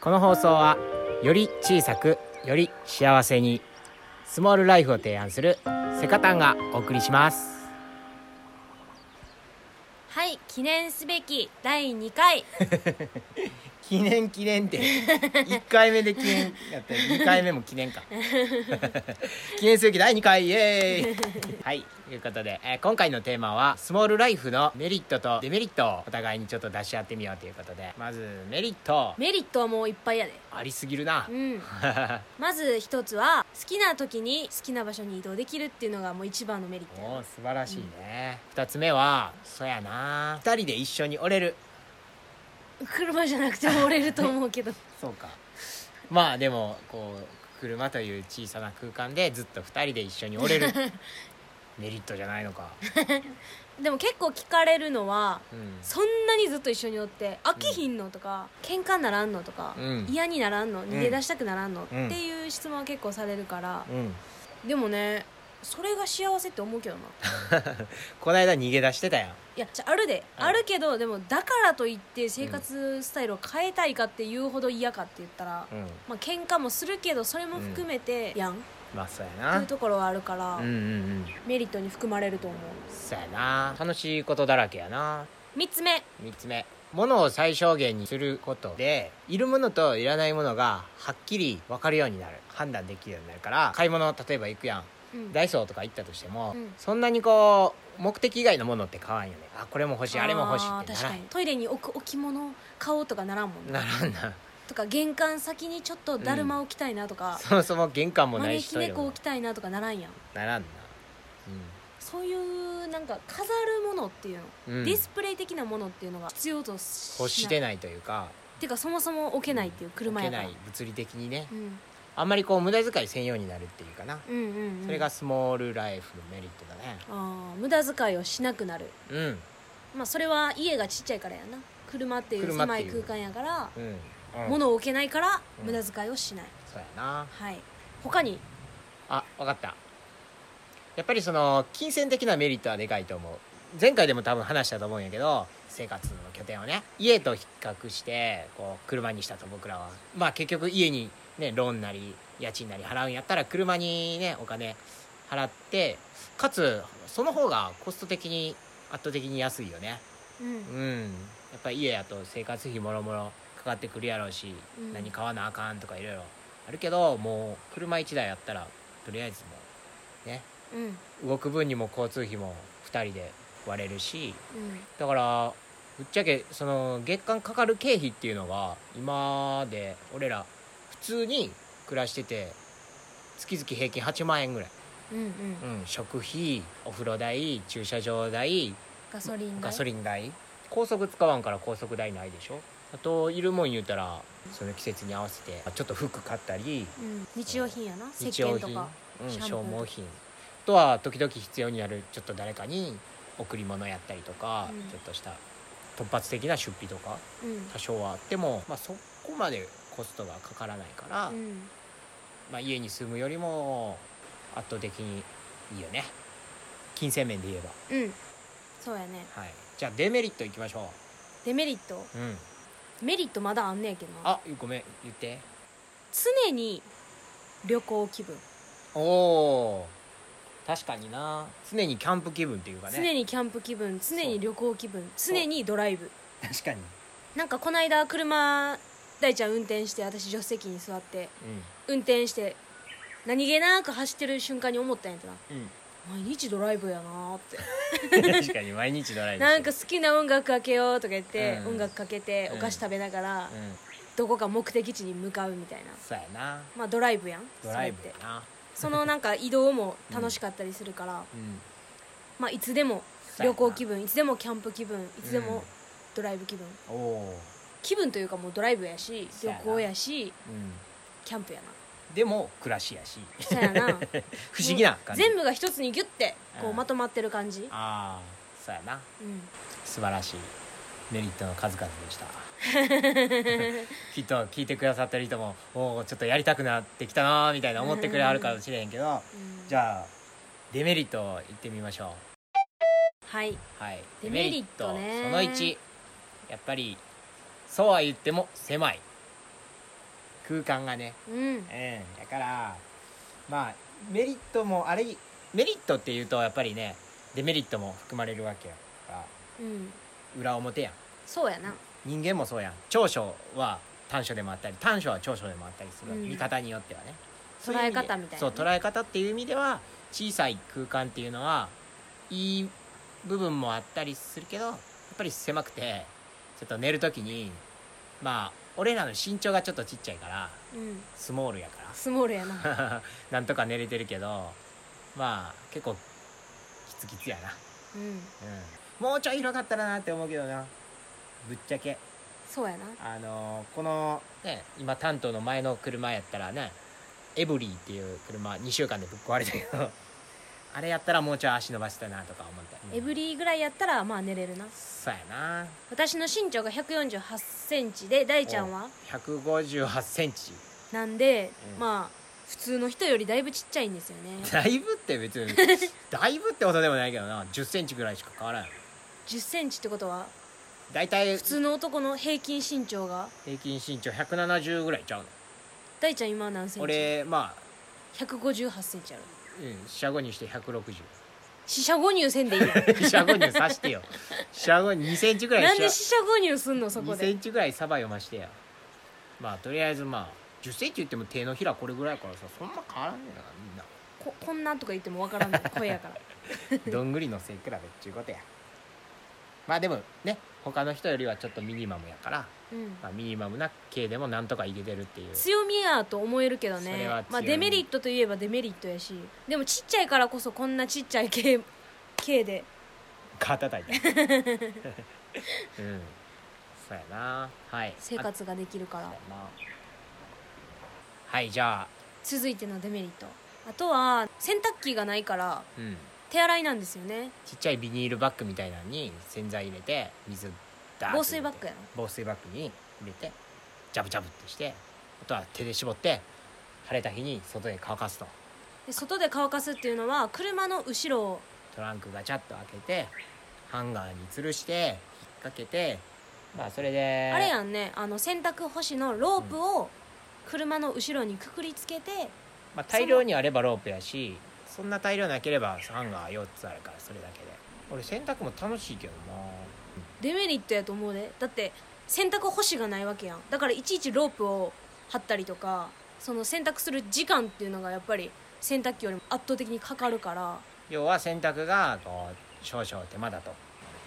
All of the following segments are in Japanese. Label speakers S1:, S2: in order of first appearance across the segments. S1: この放送はより小さくより幸せにスモールライフを提案するセカタンがお送りします
S2: はい記念すべき第2回
S1: 記念記念って1回目で記念やった2回目も記 念か記念すべき第2回イエーイ はいということで、えー今回のテーマはスモールライフのメリットとデメリットをお互いにちょっと出し合ってみようということでまずメリット
S2: メリットはもういっぱいやで
S1: ありすぎるな
S2: うんまず一つは好きな時に好きな場所に移動できるっていうのがもう一番のメリットやな
S1: おー素晴らしいね、二つ目はそやな二人で一緒に折れる
S2: 車じゃなくても折れると思うけ ど
S1: そうかまあでもこう車という小さな空間でずっと二人で一緒に折れ るメリットじゃないのか、
S2: でも結構聞かれるのは
S1: うん、
S2: そんなにずっと一緒におって飽きひんのとか、喧嘩ならんのとか、
S1: うん
S2: 嫌にならんの逃げ出したくならんの、
S1: うん
S2: っていう質問は結構されるから、
S1: うん、
S2: でもねそれが幸せって思うけどな
S1: こないだ逃げ出してたやん
S2: いやじゃあるで、
S1: うん
S2: あるけどでもだからといって生活スタイルを変えたいかっていうほど嫌かって言ったら、
S1: うん
S2: まあ喧嘩もするけどそれも含めてやん、っ
S1: まあそう
S2: て
S1: や
S2: いう
S1: な
S2: ところはあるから、
S1: うんうんうん
S2: メリットに含まれると思
S1: そうやな楽しいことだらけやな
S2: う3つ目
S1: 3つ目物を最小限にすることでいるものといらないものがはっきり分かるようになる判断できるようになるから買い物例えば行くやん
S2: うん
S1: ダイソーとか行ったとしても、
S2: うん
S1: そんなにこう目的以外のものって買わんよねあこれも欲しいあれも欲しい
S2: あ
S1: っ
S2: ー
S1: て
S2: 確
S1: なら
S2: かにトイレに置く置物買おうとかならんもんね
S1: んならんな
S2: とか玄関先にちょっとだるま置きたいなとか、
S1: そもそも玄関もない
S2: 招
S1: し
S2: き
S1: トイレ
S2: 猫
S1: も
S2: 置きたいなとかならんやん
S1: ならんな、
S2: そういうなんか飾るものっていうの、
S1: うんうん
S2: ディスプレイ的なものっていうのが必要とし
S1: 欲してないというか
S2: てかそもそも置けないっていう車やから、
S1: 置けない物理的にね
S2: うん、
S1: あんまりこう無駄遣いせんようになるっていうかな、
S2: うんうん、うん、
S1: それがスモールライフのメリットだね
S2: あー無駄遣いをしなくなる
S1: うん
S2: まあそれは家がちっちゃいからやな車っていう
S1: 車っ
S2: 狭
S1: て
S2: い
S1: いう
S2: 空間やから
S1: うん、
S2: 物を置けないから
S1: うん
S2: 無駄遣いをしない、
S1: そうやな
S2: はい他に
S1: あ分かったやっぱりその金銭的なメリットはでかいと思う前回でも多分話したと思うんやけど生活の拠点をね家と比較してこう車にしたと僕らはまあ結局家にねローンなり家賃なり払うんやったら車にねお金払ってかつその方がコスト的に圧倒的に安いよね
S2: うん、
S1: うんやっぱり家やと生活費もろもろかかってくるやろうし、
S2: うん
S1: 何買わなあかんとかいろいろあるけどもう車1台あったらとりあえずもうね
S2: うんうん
S1: 動く分にも交通費も2人で割れるしだからぶっちゃけその月間かかる経費っていうのが今で俺ら普通に暮らしてて月々平均8万円ぐらい、
S2: うんうん
S1: うん、食費お風呂代駐車場代
S2: ガソリン代
S1: ガソリン代高速使わんから高速代ないでしょあといるもん言うたらその季節に合わせてちょっと服買ったり
S2: うん、日用品やな石
S1: 日用
S2: 鹸
S1: 品
S2: とか
S1: うん、
S2: シャンプー
S1: 消耗品あとは時々必要になるちょっと誰かに贈り物やったりとか、
S2: うん
S1: ちょっとした突発的な出費とか
S2: うん
S1: 多少はあっても、まあ、そこまでコストがかからないから、
S2: うん
S1: まあ、家に住むよりも圧倒的にいいよね金銭面で言え
S2: うんそうやね
S1: ば、はい、じゃあデメリットいきましょ
S2: デメリット
S1: う、うん、
S2: メリットまだあんねんけどな
S1: あごめん言って
S2: 常に旅行気分、
S1: おお確かにな常にキャンプ気分っていうか
S2: 常
S1: ね
S2: にキャンプ気分常に旅行気分常にドライブ
S1: 確かに
S2: なんかこの間車大ちゃん運転して私助手席に座って運転して何気なく走ってる瞬間に思ったんやったら
S1: うん、
S2: 毎日ドライブやなーって
S1: うん、確かに毎日ドライブして
S2: なんか好きな音楽かけようとか言って、
S1: うん
S2: 音楽かけて
S1: うん
S2: お菓子食べながら、
S1: うん
S2: どこか目的地に向かうみたいな
S1: そうやな
S2: まあドライブやん
S1: ドライブ
S2: それ
S1: や
S2: って
S1: な
S2: そのなんか移動も楽しかったりするから、
S1: うん
S2: まあいつでも旅行気分いつでもキャンプ気分いつで
S1: うん
S2: もドライブ気分、
S1: おおー
S2: 気分というかもうドライブやし
S1: そ
S2: 旅
S1: やな
S2: 行やし
S1: うん
S2: キャンプ やな
S1: でも暮らしやし
S2: そやな
S1: 不思議な感じ
S2: 全部が一つにギュッてこ
S1: う
S2: うんまとまってる感じ、
S1: ああそうやな
S2: うん、
S1: 素晴らしいメリットの数々でした きっと聞いてくださってる人もおおちょっとやりたくなってきたなーみたいな思ってくれはるかもしれへんけどじゃ
S2: ゃ
S1: あデメリットいってみましょ
S2: はい、
S1: うはい
S2: デメリットね
S1: デメリットその1やっぱりそうは言っても狭い空間がね、
S2: うん
S1: うん、だからまあメリットもあれメリットっていうとやっぱりねデメリットも含まれるわけやから
S2: うん
S1: 裏表やん
S2: そうやな
S1: 人間もそうやん長所は短所でもあったり短所は長所でもあったりするわけ、
S2: うん
S1: 見方によってはね
S2: 捉え方みたいなね
S1: そう捉え方っていう意味では小さい空間っていうのはいい部分もあったりするけどやっぱり狭くてちょっと寝る時にまあ俺らの身長がちょっとちっちゃいから
S2: うん
S1: スモールやか
S2: スモールやな
S1: ら なんとか寝れてるけどまあ結構キツキツやな、
S2: うん
S1: うん、もうちょい広かったらなって思うけどなぶっちゃけ
S2: そうやな
S1: あのーこの、ね、今担当の前の車やったらねエブリーっていう車2週間でぶっ壊れたけど あれやったらもうちょい足伸ばしたなとか思った
S2: エブ
S1: リー
S2: リーぐらいやったらまあ寝れるな
S1: そうやな
S2: 私の身長が1 4 8ンチで大ちゃんは
S1: 1 5 8ンチ
S2: なんで、
S1: うん
S2: まあ普通の人よりだいぶちっちゃいんですよね
S1: だいぶって別 にだいぶってことでもないけどな1 0ンチぐらいしか変わらない
S2: 1 0ンチってことは
S1: 大体
S2: 普通の男の平均身長が
S1: 平均身長170ぐらいちゃうの
S2: 大ちゃん今何センチ
S1: 俺まあ、
S2: 158センチある
S1: うん、車後にして160
S2: 四捨五入せんでいいやん
S1: 車後に刺してよ車後に2センチぐらい
S2: なんで
S1: 車
S2: 四捨五入すんのそこ
S1: 2セ
S2: で
S1: ンチぐらいサバ読ましてやまあとりあえずまあ1 0センチ言っても手のひらこれぐらいやからさそんな変わらんねえなみん な
S2: ここんなんとか言ってもわからんの 声やから
S1: どんぐりの背比べっちゅうことやまあでもね他の人よりはちょっとミニマムやから、
S2: うん
S1: まあ、ミニマムな系でもなんとかいけてるっていう
S2: 強みやと思えるけど
S1: それ
S2: ね
S1: は強み
S2: まあ、デメリットといえばデメリットやしでもちっちゃいからこそこんなちっちゃい系系で
S1: 肩 叩いたうんそうやなはい
S2: 生
S1: あ
S2: 活ができるから
S1: そうやなはいじゃあ
S2: 続いてのデメリットあとは洗濯機がないから
S1: うん
S2: 手洗いなんですよね
S1: ちっちゃいビニールバッグみたいなのに洗剤入れて水ダーッと入れて
S2: 防水バッグやな
S1: 防水バッグに入れてジャブジャブってしてあとは手で絞って晴れた日に外で乾かすと
S2: で外で乾かすっていうのは車の後ろを
S1: トランクガチャッと開けてハンガーに吊るして引っ掛けてまあそれで
S2: あれやんねあの洗濯干しのロープを車の後ろにくくりつけて
S1: まあ、大量にあればロープやしそんな大量なければハンガー4つあるからそれだけで俺洗濯も楽しいけどな
S2: デメリットやと思うでだって洗濯干しがないわけやんだからいちいちロープを張ったりとかその洗濯する時間っていうのがやっぱり洗濯機よりも圧倒的にかかるから
S1: 要は洗濯がこう少々手間だと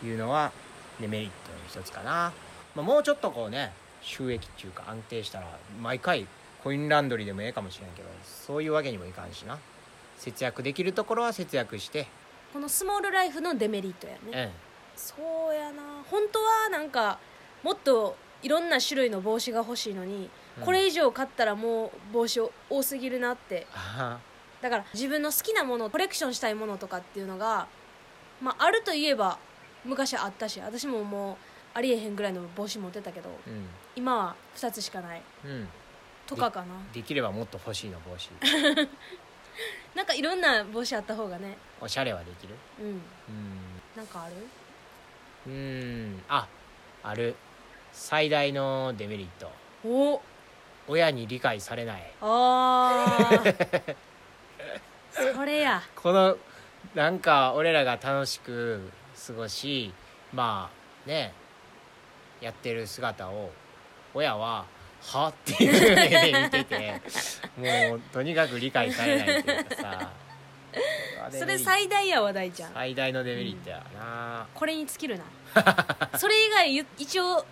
S1: いうのはデメリットの一つかな、まあ、もうちょっとこうね収益っていうか安定したら毎回コインランドリーでもええかもしれんけどそういうわけにもいかんしな節約できるところは節約して、
S2: このスモールライフのデメリットや
S1: うん、
S2: ねそうやな本当はなんかもっといろんな種類の帽子が欲しいのに、
S1: うん
S2: これ以上買ったらもう帽子多すぎるなって
S1: あ
S2: だから自分の好きなものコレクションしたいものとかっていうのが、まあ、あるといえば昔あったし私ももうありえへんぐらいの帽子持ってたけど
S1: ーう
S2: 今は2つしかない
S1: んうん
S2: とかかな
S1: できればもっと欲しいの帽子
S2: なんかいろんな帽子あった方がね
S1: おしゃれはできる
S2: うん
S1: うん
S2: なんかある
S1: うーんあある最大のデメリット
S2: お
S1: 親に理解されない
S2: あーそれや
S1: このなんか俺らが楽しく過ごしまあねやってる姿を親は「は?」っていう目で見ててもうとにかく理解されないっていうかさ
S2: それ最大や話題じゃん
S1: 最大のデメリットやな、
S2: これに尽きるなそれ以外ゆ一応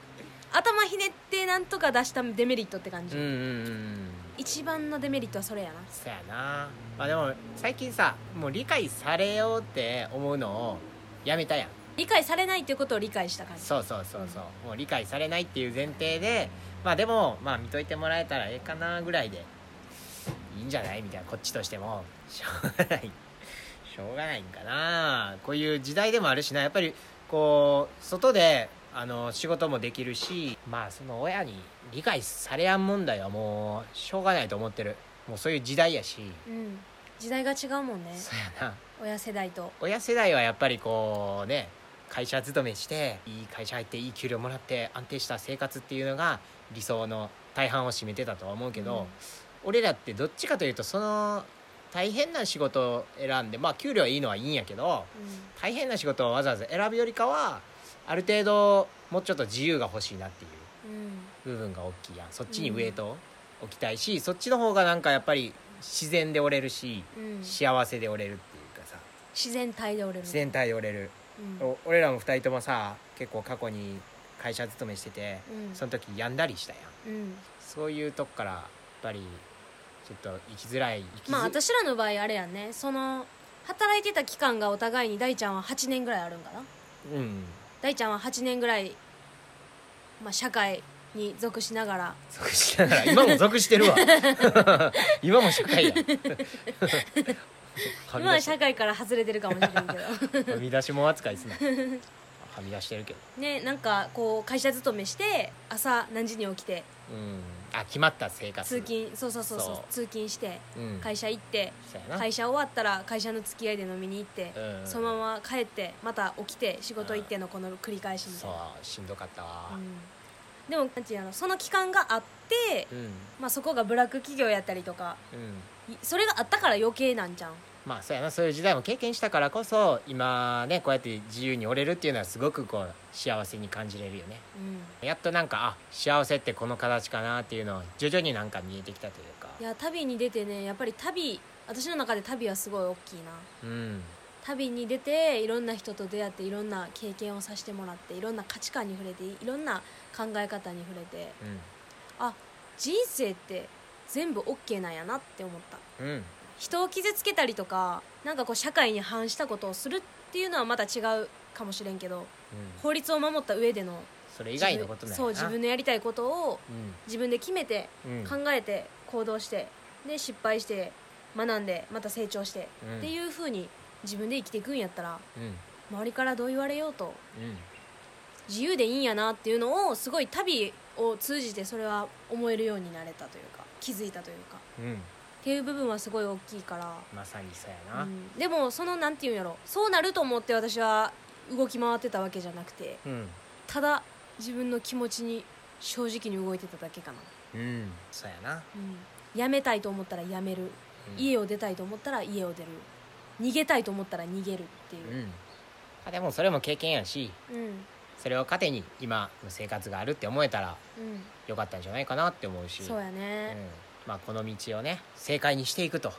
S2: 頭ひねってなんとか出したデメリットって感
S1: う
S2: じ、
S1: ん、うんうんうん
S2: 一番のデメリットはそれやな
S1: そやなまあでも最近さもう理解されようって思うのをやめたやん
S2: 理解されないっていうことを理解した感じ
S1: そうそうそうそう、もう理解されないっていう前提でまあでもまあ見といてもらえたらええかなぐらいでいいんじゃないみたいなこっちとしてもしょうがないしょうがないんかなこういう時代でもあるしなやっぱりこう外であの仕事もできるしまあその親に理解されやん問題はもうしょうがないと思ってるもうそういう時代やし
S2: うん時代が違うもんね
S1: そうやな
S2: 親世代と
S1: 親世代はやっぱりこうね会社勤めしていい会社入っていい給料もらって安定した生活っていうのが理想の大半を占めてたとは思うけど、俺らってどっちかというとその大変な仕事を選んでまあ給料いいのはいいんやけど
S2: うん、うん
S1: 大変な仕事をわざわざ選ぶよりかはある程度もうちょっと自由が欲しいなっていう
S2: う
S1: 部
S2: ん
S1: 分が大きいやんそっちにウエイトを置きたいし、そっちの方がなんかやっぱり自然で折れるし、
S2: うん、
S1: 幸せで折れるっていうかさ
S2: 自然体で折れる
S1: 自然体で折れる、
S2: うん
S1: お俺らも2人ともさ結構過去に会社勤めしてて
S2: うん
S1: その時病んだりしたやん
S2: うん、
S1: そういうとこからやっぱりちょっと生きづらい生きづ
S2: まあ私らの場合あれやねその働いてた期間がお互いに大ちゃんは8年ぐらいあるんかな
S1: うん
S2: 大ちゃんは8年ぐらい、まあ、社会に属しながら
S1: 属しながら今も属してるわ 今も社会やはみ
S2: 今
S1: 出
S2: は
S1: し
S2: 社会から外れてるかもし れんけど
S1: はみ出しもん扱いすなはみ出してるけど
S2: ねなんかこう会社勤めして朝何時に起きて
S1: うんあ決まった生活
S2: 通勤そうそうそうそう
S1: そう
S2: 通勤して
S1: うん
S2: 会社行って
S1: そうやな
S2: 会社終わったら会社の付き合いで飲みに行って、
S1: うん
S2: そのまま帰ってまた起きて仕事行ってのこの繰り返しみた
S1: そ
S2: いな、
S1: うしんどかったわ
S2: うんでもなんていうのその期間があって、
S1: うんうん、
S2: まあ、そこがブラック企業やったりとかいそれがあったから余計なんじゃん
S1: まあそうやなそういう時代も経験したからこそ今ねこうやって自由に折れるっていうのはすごくこう幸せに感じれるよね
S2: うん
S1: やっとなんかあ幸せってこの形かなっていうのを徐々になんか見えてきたというか
S2: いや旅に出てねやっぱり旅私の中で旅はすごい大きいな
S1: うん
S2: 旅に出ていろんな人と出会っていろんな経験をさせてもらっていろんな価値観に触れていろんな考え方に触れてあ人生って全部 OK なんやなって思った
S1: うんうん
S2: 人を傷つけたりとかなんかこう社会に反したことをするっていうのはまた違うかもしれんけど
S1: うん
S2: 法律を守った上での
S1: それ以外のことなんやな
S2: そう自分のやりたいことを自分で決めて
S1: うんうん
S2: 考えて行動してで失敗して学んでまた成長して、
S1: うん
S2: っていう風に自分で生きていくんやったら
S1: うん
S2: 周りからどう言われようと
S1: うん
S2: 自由でいいんやなっていうのをすごい旅を通じてそれは思えるようになれたというか気づいたというか
S1: うん
S2: っていう部分はすごい大きいから、
S1: まさにそうや
S2: う
S1: な、
S2: んでもそのなんていうんやろそうなると思って私は動き回ってたわけじゃなくて
S1: うん
S2: ただ自分の気持ちに正直に動いてただけかな、
S1: うんそうやな、
S2: うん、辞めたいと思ったら辞める
S1: うん
S2: 家を出たいと思ったら家を出る逃げたいと思ったら逃げるって
S1: う
S2: いうん
S1: あでもそれも経験やし
S2: うん
S1: それを糧に今の生活があるって思えたら
S2: うん、
S1: よかったんじゃないかなって思うし
S2: そうや
S1: う
S2: ね、
S1: んまあ、この道をね正解にしていくと、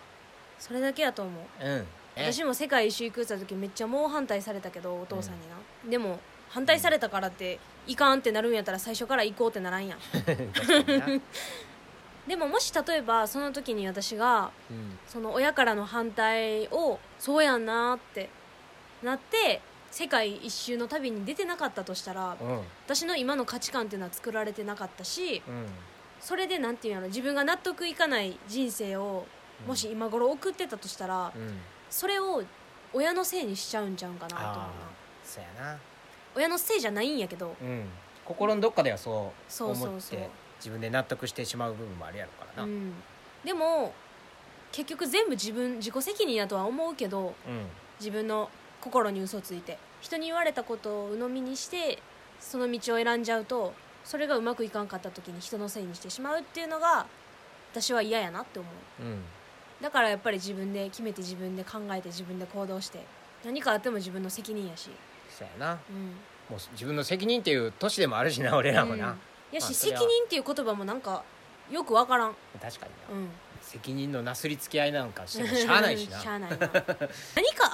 S2: それだけやと思う
S1: うんね
S2: 私も世界一周行くって言った時めっちゃ猛反対されたけどお父さんにな、でも反対されたからっていかんってなるんやったら最初から行こうってならんや ん
S1: 確かになうん
S2: でももし例えばその時に私がその親からの反対をそうやんなってなって世界一周の旅に出てなかったとしたら
S1: うん
S2: 私の今の価値観っていうのは作られてなかったし
S1: うん
S2: それでなんていうんやろ自分が納得いかない人生をもし今頃送ってたとしたら
S1: うん
S2: それを親のせいにしちゃうんちゃうんかなと思うな
S1: ああそうやな
S2: 親のせいじゃないんやけど
S1: うん心のどっかではそう
S2: そうそう
S1: 思っ
S2: そう
S1: て自分で納得してしまう部分もあるやろからな
S2: う
S1: うん
S2: ん、でも結局全部自分自己責任やとは思うけど自分の心に嘘ついて人に言われたことを鵜呑みにしてその道を選んじゃうとそれがうまくいかんかった時に人のせいにしてしまうっていうのが私は嫌やなって思う
S1: うん
S2: だからやっぱり自分で決めて自分で考えて自分で行動して何かあっても自分の責任やし、
S1: そうやな
S2: うん、
S1: もう自分の責任っていう年でもあるしな俺らもな、
S2: うんやし、
S1: まあそれ
S2: 責
S1: は
S2: 任っていう言葉もなんかよくわからん、うん、
S1: 確かにな、責任のなすりつき合いなんかしてもし
S2: し
S1: ゃあないしな
S2: ゃ あないな何か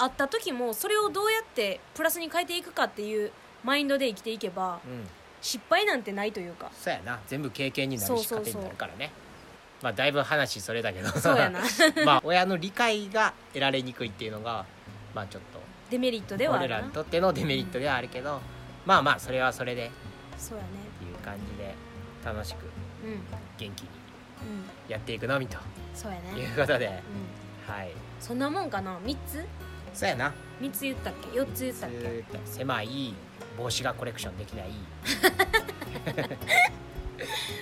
S2: あった時もそれをどうやってプラスに変えていくかっていうマインドで生きていけば
S1: うん
S2: 失敗なんてないという か
S1: そうやな全部経験にな
S2: そ
S1: る
S2: う
S1: し
S2: そうそう
S1: 糧になるからねまあだいぶ話それだけど
S2: そうやな
S1: まあ親の理解が得られにくいっていうのがまあちょっと
S2: デメリットではあ
S1: 俺
S2: る
S1: ら
S2: な
S1: にとってのデメリットではあるけど、まあまあそれはそれでっ
S2: そうやね
S1: ていう感じで楽しく
S2: うんうん
S1: 元気にやっていくのみと
S2: そうや
S1: い
S2: ね
S1: うことで、
S2: うん
S1: はい
S2: そんなもんかな3つ
S1: そうやな
S2: 3つ言ったっけ4つ言ったっけ
S1: 狭い帽子がコレクションできない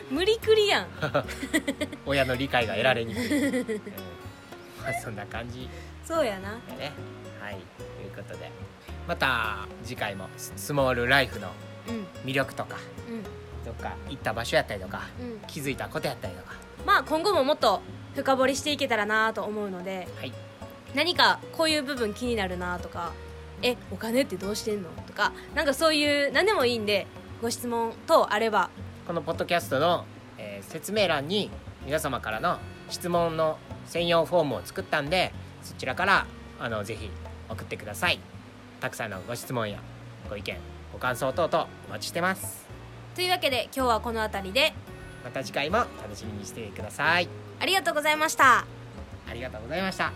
S2: 無理くりや ん
S1: 親の理解が得られにく い、うんまあそんな感じ
S2: そうやな
S1: だねはいということでまた次回もススモールライフの
S2: うん
S1: 魅力とか
S2: うん
S1: どっか行った場所やったりとか
S2: うん
S1: 気づいたことやったりとか
S2: まあ今後ももっと深掘りしていけたらなと思うので
S1: はい
S2: 何かこういう部分気になるなとかえお金ってどうしてんのとかなんかそういう何でもいいんでご質問等あれば
S1: このポッドキャストの、えー説明欄に皆様からの質問の専用フォームを作ったんでそちらからあのぜひ送ってくださいたくさんのご質問やご意見ご感想等々お待ちしてます
S2: というわけで今日はこの辺りで
S1: また次回も楽しみにしてください
S2: ありがとうございました。
S1: ありがとうございました